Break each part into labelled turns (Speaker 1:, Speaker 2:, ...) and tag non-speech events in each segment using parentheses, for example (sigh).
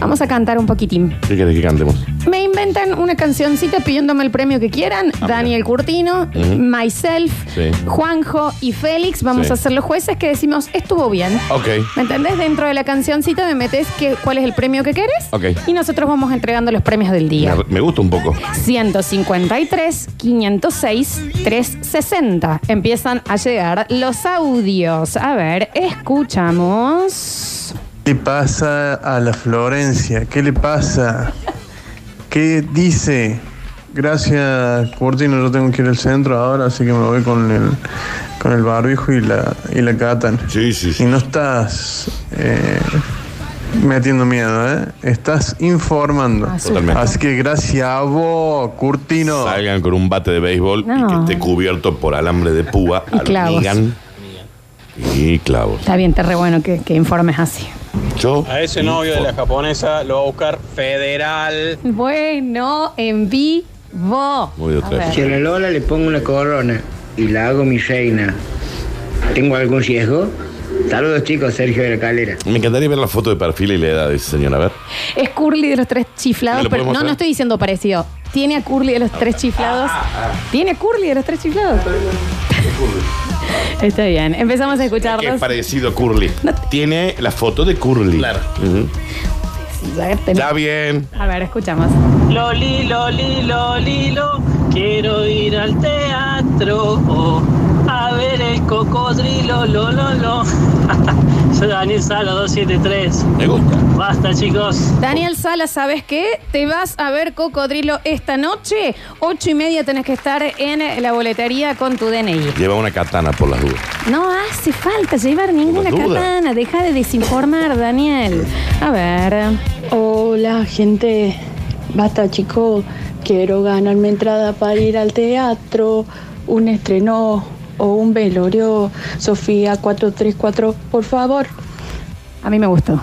Speaker 1: Vamos a cantar un poquitín.
Speaker 2: ¿Qué querés que cantemos?
Speaker 1: Me inventan una cancioncita pidiéndome el premio que quieran.
Speaker 2: Ah,
Speaker 1: Daniel Curtino,
Speaker 2: Ujú.
Speaker 1: Myself,
Speaker 2: Sí.
Speaker 1: Juanjo y Félix. Vamos
Speaker 2: Sí.
Speaker 1: a ser los jueces que decimos, estuvo bien.
Speaker 2: Ok.
Speaker 1: ¿Me entendés? Dentro de la cancioncita me metes que, cuál es el premio que querés.
Speaker 2: Ok.
Speaker 1: Y nosotros vamos entregando los premios del día.
Speaker 2: Me, me gusta un poco.
Speaker 1: 153, 506, 360. Empiezan a llegar los audios. A ver, escuchamos.
Speaker 3: ¿Qué le pasa a la Florencia? ¿Qué le pasa? ¿Qué dice? Gracias, Curtino. Yo tengo que ir al centro ahora, así que me voy con el, con el barbijo y la, y la catan.
Speaker 2: Sí, sí,
Speaker 3: Y
Speaker 2: sí.
Speaker 3: no estás eh, metiendo miedo, ¿eh? Estás informando.
Speaker 1: Así.
Speaker 2: Totalmente.
Speaker 3: Así que gracias a vos, Curtino.
Speaker 2: Salgan con un bate de béisbol y que
Speaker 1: No.
Speaker 2: esté cubierto por alambre de púa.
Speaker 1: Y
Speaker 2: a lo
Speaker 1: clavos.
Speaker 2: Negan. Y clavos.
Speaker 1: Está bien, te re bueno que, que informes así.
Speaker 2: Yo.
Speaker 4: A ese novio de la japonesa lo va a buscar federal.
Speaker 1: Bueno, en vivo.
Speaker 2: Muy
Speaker 1: A
Speaker 2: de otra
Speaker 1: ver.
Speaker 5: Si a la Lola le pongo una corona y la hago mi reina, ¿tengo algún riesgo? Saludos chicos, Sergio de la Calera.
Speaker 2: Me encantaría ver la foto de perfil y la edad de ese señor. A ver.
Speaker 1: Es Curly de los tres
Speaker 2: ¿Me
Speaker 1: chiflados,
Speaker 2: lo
Speaker 1: pero
Speaker 2: podés
Speaker 1: no,
Speaker 2: mostrar?
Speaker 1: no estoy diciendo parecido. Tiene a Curly de los tres chiflados. Tiene a Curly de los tres chiflados. Está bien, empezamos a
Speaker 2: Que es
Speaker 1: escucharlos.
Speaker 2: parecido a Curly.
Speaker 1: No te-
Speaker 2: Tiene la foto de Curly.
Speaker 6: Claro.
Speaker 2: Ujú.
Speaker 1: Ya tenés-
Speaker 2: Está bien.
Speaker 1: A ver, escuchamos.
Speaker 7: Loli, loli, loli, lo, quiero ir al teatro oh, a ver el cocodrilo, lo, lo, lo. (laughs) Soy Daniel Sala 273.
Speaker 2: Me gusta.
Speaker 7: Basta, chicos.
Speaker 1: Daniel Sala, ¿sabes qué? Te vas a ver Cocodrilo esta noche. Ocho y media tenés que estar en la boletería con tu DNI.
Speaker 2: Lleva una katana por las dudas.
Speaker 1: No hace falta llevar ninguna
Speaker 2: Por las dudas.
Speaker 1: katana. Deja de desinformar, Daniel. A ver.
Speaker 8: Hola, gente. Basta, chico. Quiero ganarme entrada para ir al teatro, un estreno o un velorio. Sofía 434, por favor.
Speaker 1: A mí me gustó.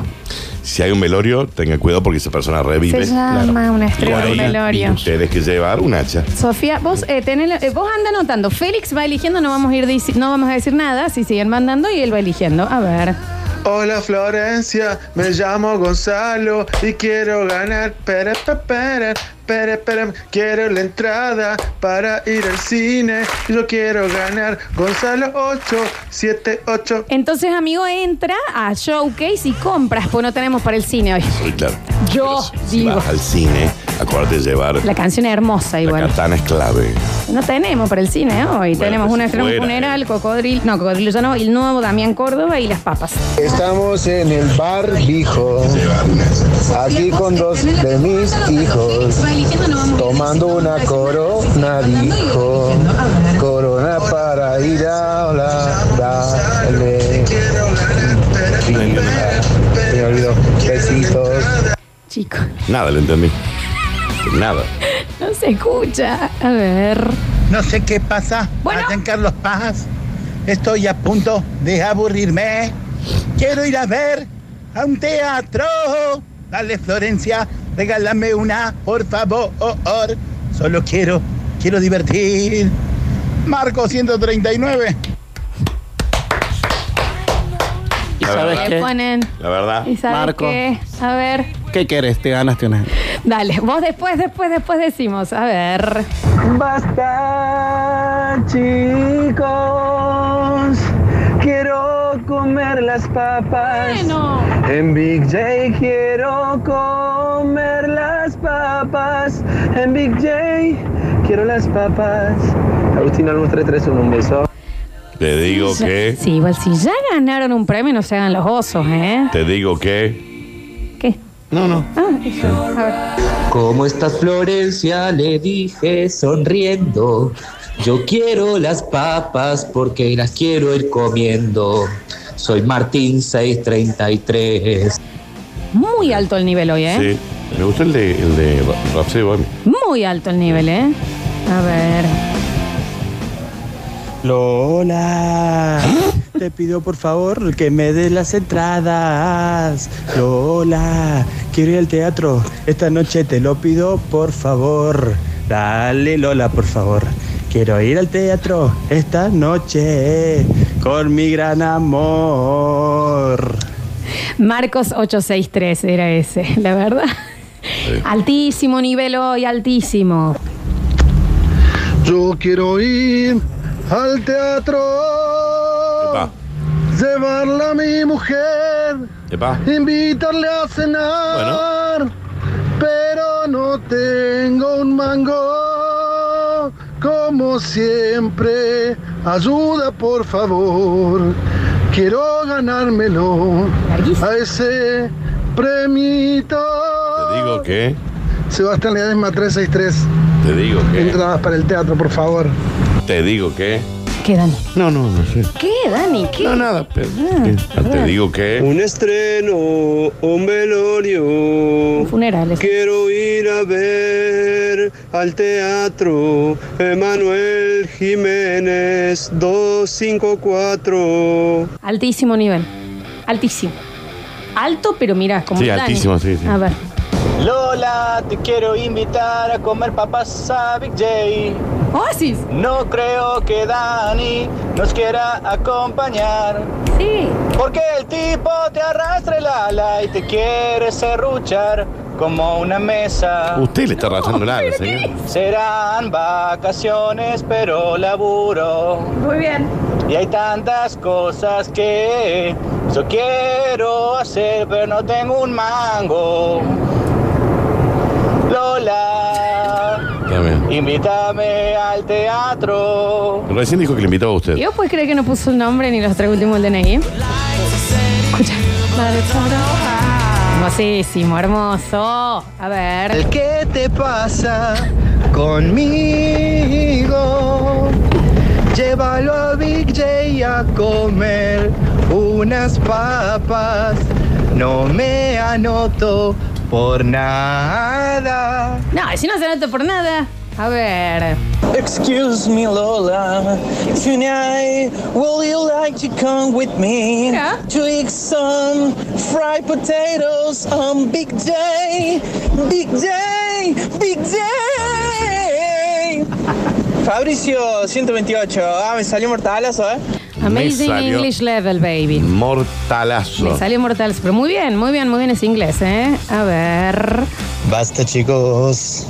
Speaker 2: Si hay un velorio, tenga cuidado porque esa persona revive.
Speaker 1: Se llama una estrella
Speaker 2: Y
Speaker 1: de
Speaker 2: ahí
Speaker 1: velorio.
Speaker 2: Tienes que llevar un hacha.
Speaker 1: Sofía, vos, eh, tenés la- eh, vos anda anotando. Félix va eligiendo, no vamos a ir dici- no vamos a decir nada, si siguen mandando y él va eligiendo. A ver.
Speaker 3: Hola Florencia, me llamo Gonzalo y quiero ganar. Pere, pe, pere, pere, pere. Quiero la entrada para ir al cine. Yo quiero ganar. Gonzalo 878.
Speaker 1: Entonces, amigo, entra a Showcase y compras, pues no tenemos para el cine hoy.
Speaker 2: Sí, claro.
Speaker 1: Yo
Speaker 2: Pero si- si
Speaker 1: digo.
Speaker 2: vas al cine, acuérdate de llevar.
Speaker 1: La canción es hermosa
Speaker 2: La
Speaker 1: igual.
Speaker 2: katana es clave.
Speaker 1: No tenemos para el cine hoy.
Speaker 2: Bueno,
Speaker 1: tenemos
Speaker 2: pues
Speaker 1: un estreno
Speaker 2: fuera,
Speaker 1: funeral,
Speaker 2: eh.
Speaker 1: cocodrilo. No, cocodrilo ya no, el nuevo Damián Córdoba y las papas.
Speaker 9: Estamos en el bar Hijo, aquí con dos de mis hijos, tomando una corona, dijo, corona para ir a la dale. Se me olvidó, besitos.
Speaker 1: Chico,
Speaker 2: Nada, le entendí. Nada.
Speaker 1: (laughs) no se escucha. A ver.
Speaker 10: No sé qué pasa
Speaker 1: Bueno.
Speaker 10: allá en Carlos Paz. Estoy a punto de aburrirme. Quiero ir a ver a un teatro. Dale, Florencia, regálame una, por favor. Solo quiero, quiero divertir. Marco 139.
Speaker 6: ¿Y
Speaker 2: La
Speaker 6: sabes
Speaker 2: verdad.
Speaker 1: Le
Speaker 6: qué?
Speaker 1: ponen.
Speaker 2: La verdad.
Speaker 1: ¿Y sabes
Speaker 6: Marco.
Speaker 1: qué? A ver.
Speaker 6: ¿Qué querés? Te ganaste una.
Speaker 1: Dale, vos después, después, después decimos. A ver.
Speaker 7: Basta, chicos. Quiero comer las papas.
Speaker 1: Bueno.
Speaker 7: En Big J quiero comer las papas. En Big J quiero las papas. Agustín Almus 331, un beso.
Speaker 2: Te digo que.
Speaker 1: Sí, igual si ya ganaron un premio, no se hagan los osos, ¿eh?
Speaker 2: Te digo que.
Speaker 1: ¿Qué?
Speaker 2: No, no.
Speaker 1: Ah, eso. A ver.
Speaker 11: ¿Cómo estás, Florencia? Le dije sonriendo. Yo quiero las papas porque las quiero ir comiendo. Soy Martín 633.
Speaker 1: Muy alto el nivel hoy, ¿eh?
Speaker 2: Sí. Me gusta el de, el de Ra- Rhapsody Bohemian.
Speaker 1: Muy alto el nivel, ¿eh? A ver.
Speaker 10: Lola, te pido por favor que me des las entradas. Lola, quiero ir al teatro. Esta noche te lo pido por favor. Dale, Lola, por favor. Quiero ir al teatro esta noche con mi gran amor.
Speaker 1: Marcos 863 era ese, (laughs) la verdad. Altísimo nivel hoy, altísimo.
Speaker 9: Yo quiero ir al
Speaker 1: Oh.
Speaker 9: teatro. Llevarla a mi mujer.
Speaker 2: Epa.
Speaker 9: Invitarle a cenar. Pero no tengo un mango. Como siempre, ayuda por favor. Quiero ganármelo a ese premito.
Speaker 2: Te digo que,
Speaker 9: Sebastián Ledesma 363.
Speaker 2: te digo que,
Speaker 9: Entradas para el teatro, por favor.
Speaker 2: te digo que.
Speaker 1: ¿Qué, Dani?
Speaker 2: No, no, no sé.
Speaker 1: ¿Qué, Dani? ¿Qué? No,
Speaker 2: nada. Ah, Te digo que.
Speaker 12: Un estreno, un velorio.
Speaker 1: funerales.
Speaker 12: Quiero ir a ver al teatro Emanuel Jiménez 254.
Speaker 1: Altísimo nivel. Altísimo. Alto, pero mira, como
Speaker 2: Sí,
Speaker 1: Dani.
Speaker 2: altísimo, sí, sí.
Speaker 1: A ver.
Speaker 4: Lola, te quiero invitar a comer papas a Big J.
Speaker 1: ¡Oasis!
Speaker 4: No creo que Dani nos quiera acompañar.
Speaker 1: Sí.
Speaker 4: Porque el tipo te arrastra el ala y te quiere serruchar como una mesa.
Speaker 2: Usted le está arrastrando el ala, señor.
Speaker 4: Serán vacaciones, pero laburo.
Speaker 1: Muy bien.
Speaker 4: Y hay tantas cosas que yo quiero hacer, pero no tengo un mango. Lola,
Speaker 2: Está bien.
Speaker 4: invítame al teatro.
Speaker 2: Recién dijo que le invitaba a usted.
Speaker 1: ¿Y vos podés creer que no puso el nombre ni los tres últimos del DNI? Escucha. Hermosísimo, hermoso. A ver.
Speaker 9: ¿Qué te pasa conmigo? Llévalo a Big J a comer unas papas. No me anoto por nada.
Speaker 1: No, si no se nota por nada. A ver.
Speaker 13: Excuse me, Lola. Tonight, will you like to come with me to eat some fried potatoes on Big Day? Big Day, Big Day.
Speaker 4: Fabricio 128, ah, me salió mortalazo, ¿eh?
Speaker 1: Amazing
Speaker 2: salió- Mm,
Speaker 1: English Level, baby.
Speaker 2: Mortalazo.
Speaker 1: Le salió mortal, pero muy bien, muy bien, muy bien ese inglés, ¿eh? A ver.
Speaker 14: Basta chicos,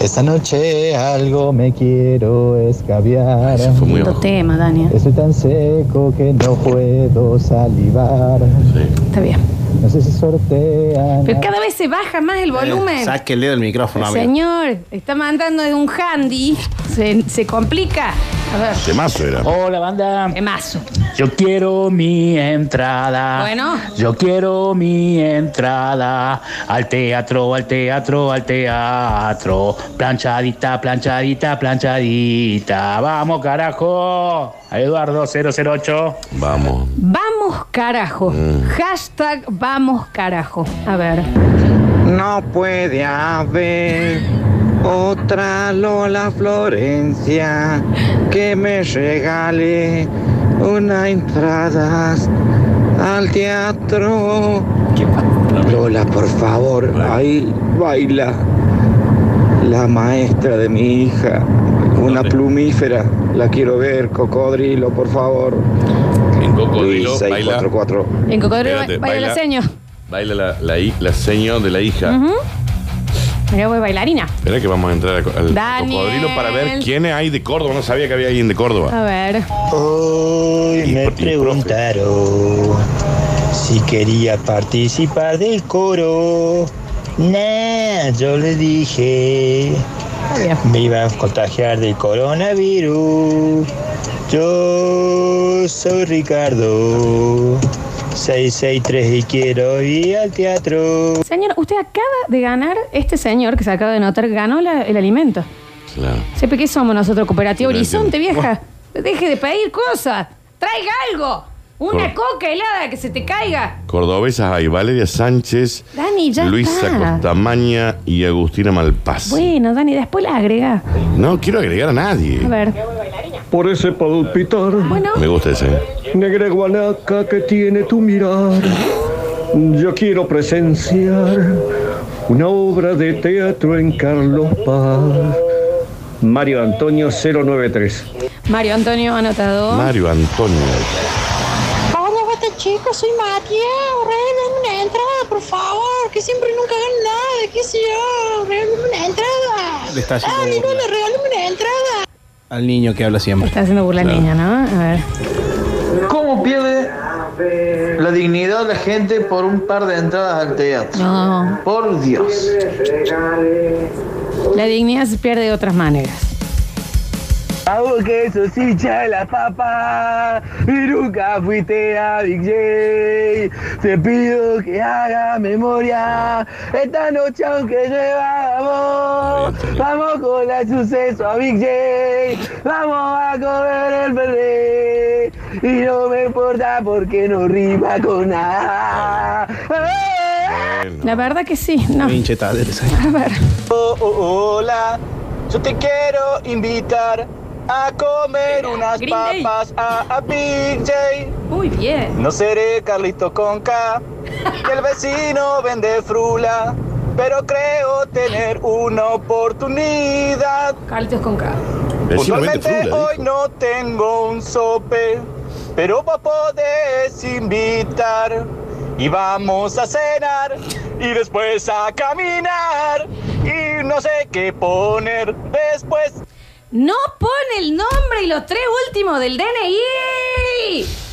Speaker 14: esta noche algo me quiero escabiar.
Speaker 1: Lindo tema, Dani.
Speaker 14: Estoy tan seco que no puedo salivar.
Speaker 1: Está bien.
Speaker 14: No sé si sortean.
Speaker 1: Pero cada vez se baja más el volumen.
Speaker 6: Saque el dedo del micrófono, amigo.
Speaker 1: Señor, está mandando de un handy. Se, se complica. A ver.
Speaker 2: Temazo era.
Speaker 13: Hola, banda.
Speaker 1: Temazo.
Speaker 13: Yo quiero mi entrada.
Speaker 1: Bueno.
Speaker 13: Yo quiero mi entrada al teatro, al teatro, al teatro. Planchadita, planchadita, planchadita. Vamos, carajo. A Eduardo 008.
Speaker 2: Vamos.
Speaker 1: Vamos carajo. Hashtag vamos carajo. A ver.
Speaker 15: No puede haber otra Lola Florencia que me regale una entrada al teatro. Lola, por favor, ahí baila la maestra de mi hija, una plumífera. La quiero ver, cocodrilo, por favor.
Speaker 2: En cocodrilo
Speaker 15: Luis,
Speaker 2: baila.
Speaker 15: 644.
Speaker 1: En Cocodrilo
Speaker 2: Espérate,
Speaker 1: baila la seño.
Speaker 2: Baila la, la, hi- la seño de la hija.
Speaker 1: Ujú. Mira, voy bailarina.
Speaker 2: Espera que vamos a entrar al, al
Speaker 1: Daniel.
Speaker 2: cocodrilo para ver quiénes hay de Córdoba. No sabía que había alguien de Córdoba.
Speaker 1: A ver.
Speaker 16: Hoy me preguntaron si quería participar del coro. Nah, yo le dije. Me iba a contagiar del coronavirus. Yo soy Ricardo. 663 y quiero ir al teatro.
Speaker 1: Señor, usted acaba de ganar, este señor que se acaba de notar, ganó la- el alimento.
Speaker 2: Claro.
Speaker 1: Sepe, ¿qué somos nosotros? Cooperativa
Speaker 2: No
Speaker 1: Horizonte,
Speaker 2: entiendo.
Speaker 1: vieja. Deje de pedir cosas. Traiga algo. Una
Speaker 2: Por-
Speaker 1: coca helada que se te caiga.
Speaker 2: Cordobesas hay Valeria Sánchez,
Speaker 1: Dani, ya
Speaker 2: Luisa
Speaker 1: está.
Speaker 2: Costamaña y Agustina Malpaz.
Speaker 1: Bueno, Dani, después la agrega.
Speaker 2: No quiero agregar a nadie.
Speaker 1: A ver.
Speaker 9: Por ese palpitar.
Speaker 2: Me gusta ese.
Speaker 9: Negra guanaca que tiene tu mirar, yo quiero presenciar una obra de teatro en Carlos Paz. Mario Antonio 093.
Speaker 1: Mario Antonio anotado.
Speaker 2: Mario Antonio.
Speaker 17: Hola, basta
Speaker 8: chicos, soy Matías, regálenme una entrada, por favor, que siempre nunca ganan nada, qué sé yo, regálenme una entrada.
Speaker 18: Le está haciendo
Speaker 8: Dale,
Speaker 18: burla.
Speaker 8: Lola, regálenme una entrada.
Speaker 18: Al niño que habla siempre.
Speaker 1: Está haciendo burla
Speaker 18: Claro.
Speaker 1: niña, ¿no? A ver.
Speaker 19: ¿Cómo pierde la dignidad de la gente por un par de entradas al teatro?
Speaker 1: No.
Speaker 19: Por Dios.
Speaker 1: La dignidad se pierde de otras maneras.
Speaker 9: Vos que sos hincha de la papa y nunca fuiste a Big J. Te pido que haga memoria esta noche aunque llueva amor. Vamos con el suceso a Big J. Vamos a comer el verde y no me importa porque no rima con nada.
Speaker 1: La verdad que sí, no.
Speaker 18: Pinche tadel, ese.
Speaker 1: A ver.
Speaker 4: Oh, oh, hola, yo te quiero invitar a comer unas papas a, a Big J.
Speaker 1: Muy bien.
Speaker 4: No seré Carlito Conca, que el vecino vende frula, pero creo tener una oportunidad.
Speaker 1: Carlitos Conca.
Speaker 2: Vecino vende
Speaker 4: Usualmente
Speaker 2: frula,
Speaker 4: hoy no tengo un sope, pero vos podés invitar. Y vamos a cenar y después a caminar y no sé qué poner después.
Speaker 1: No pone el nombre y los tres últimos del DNI.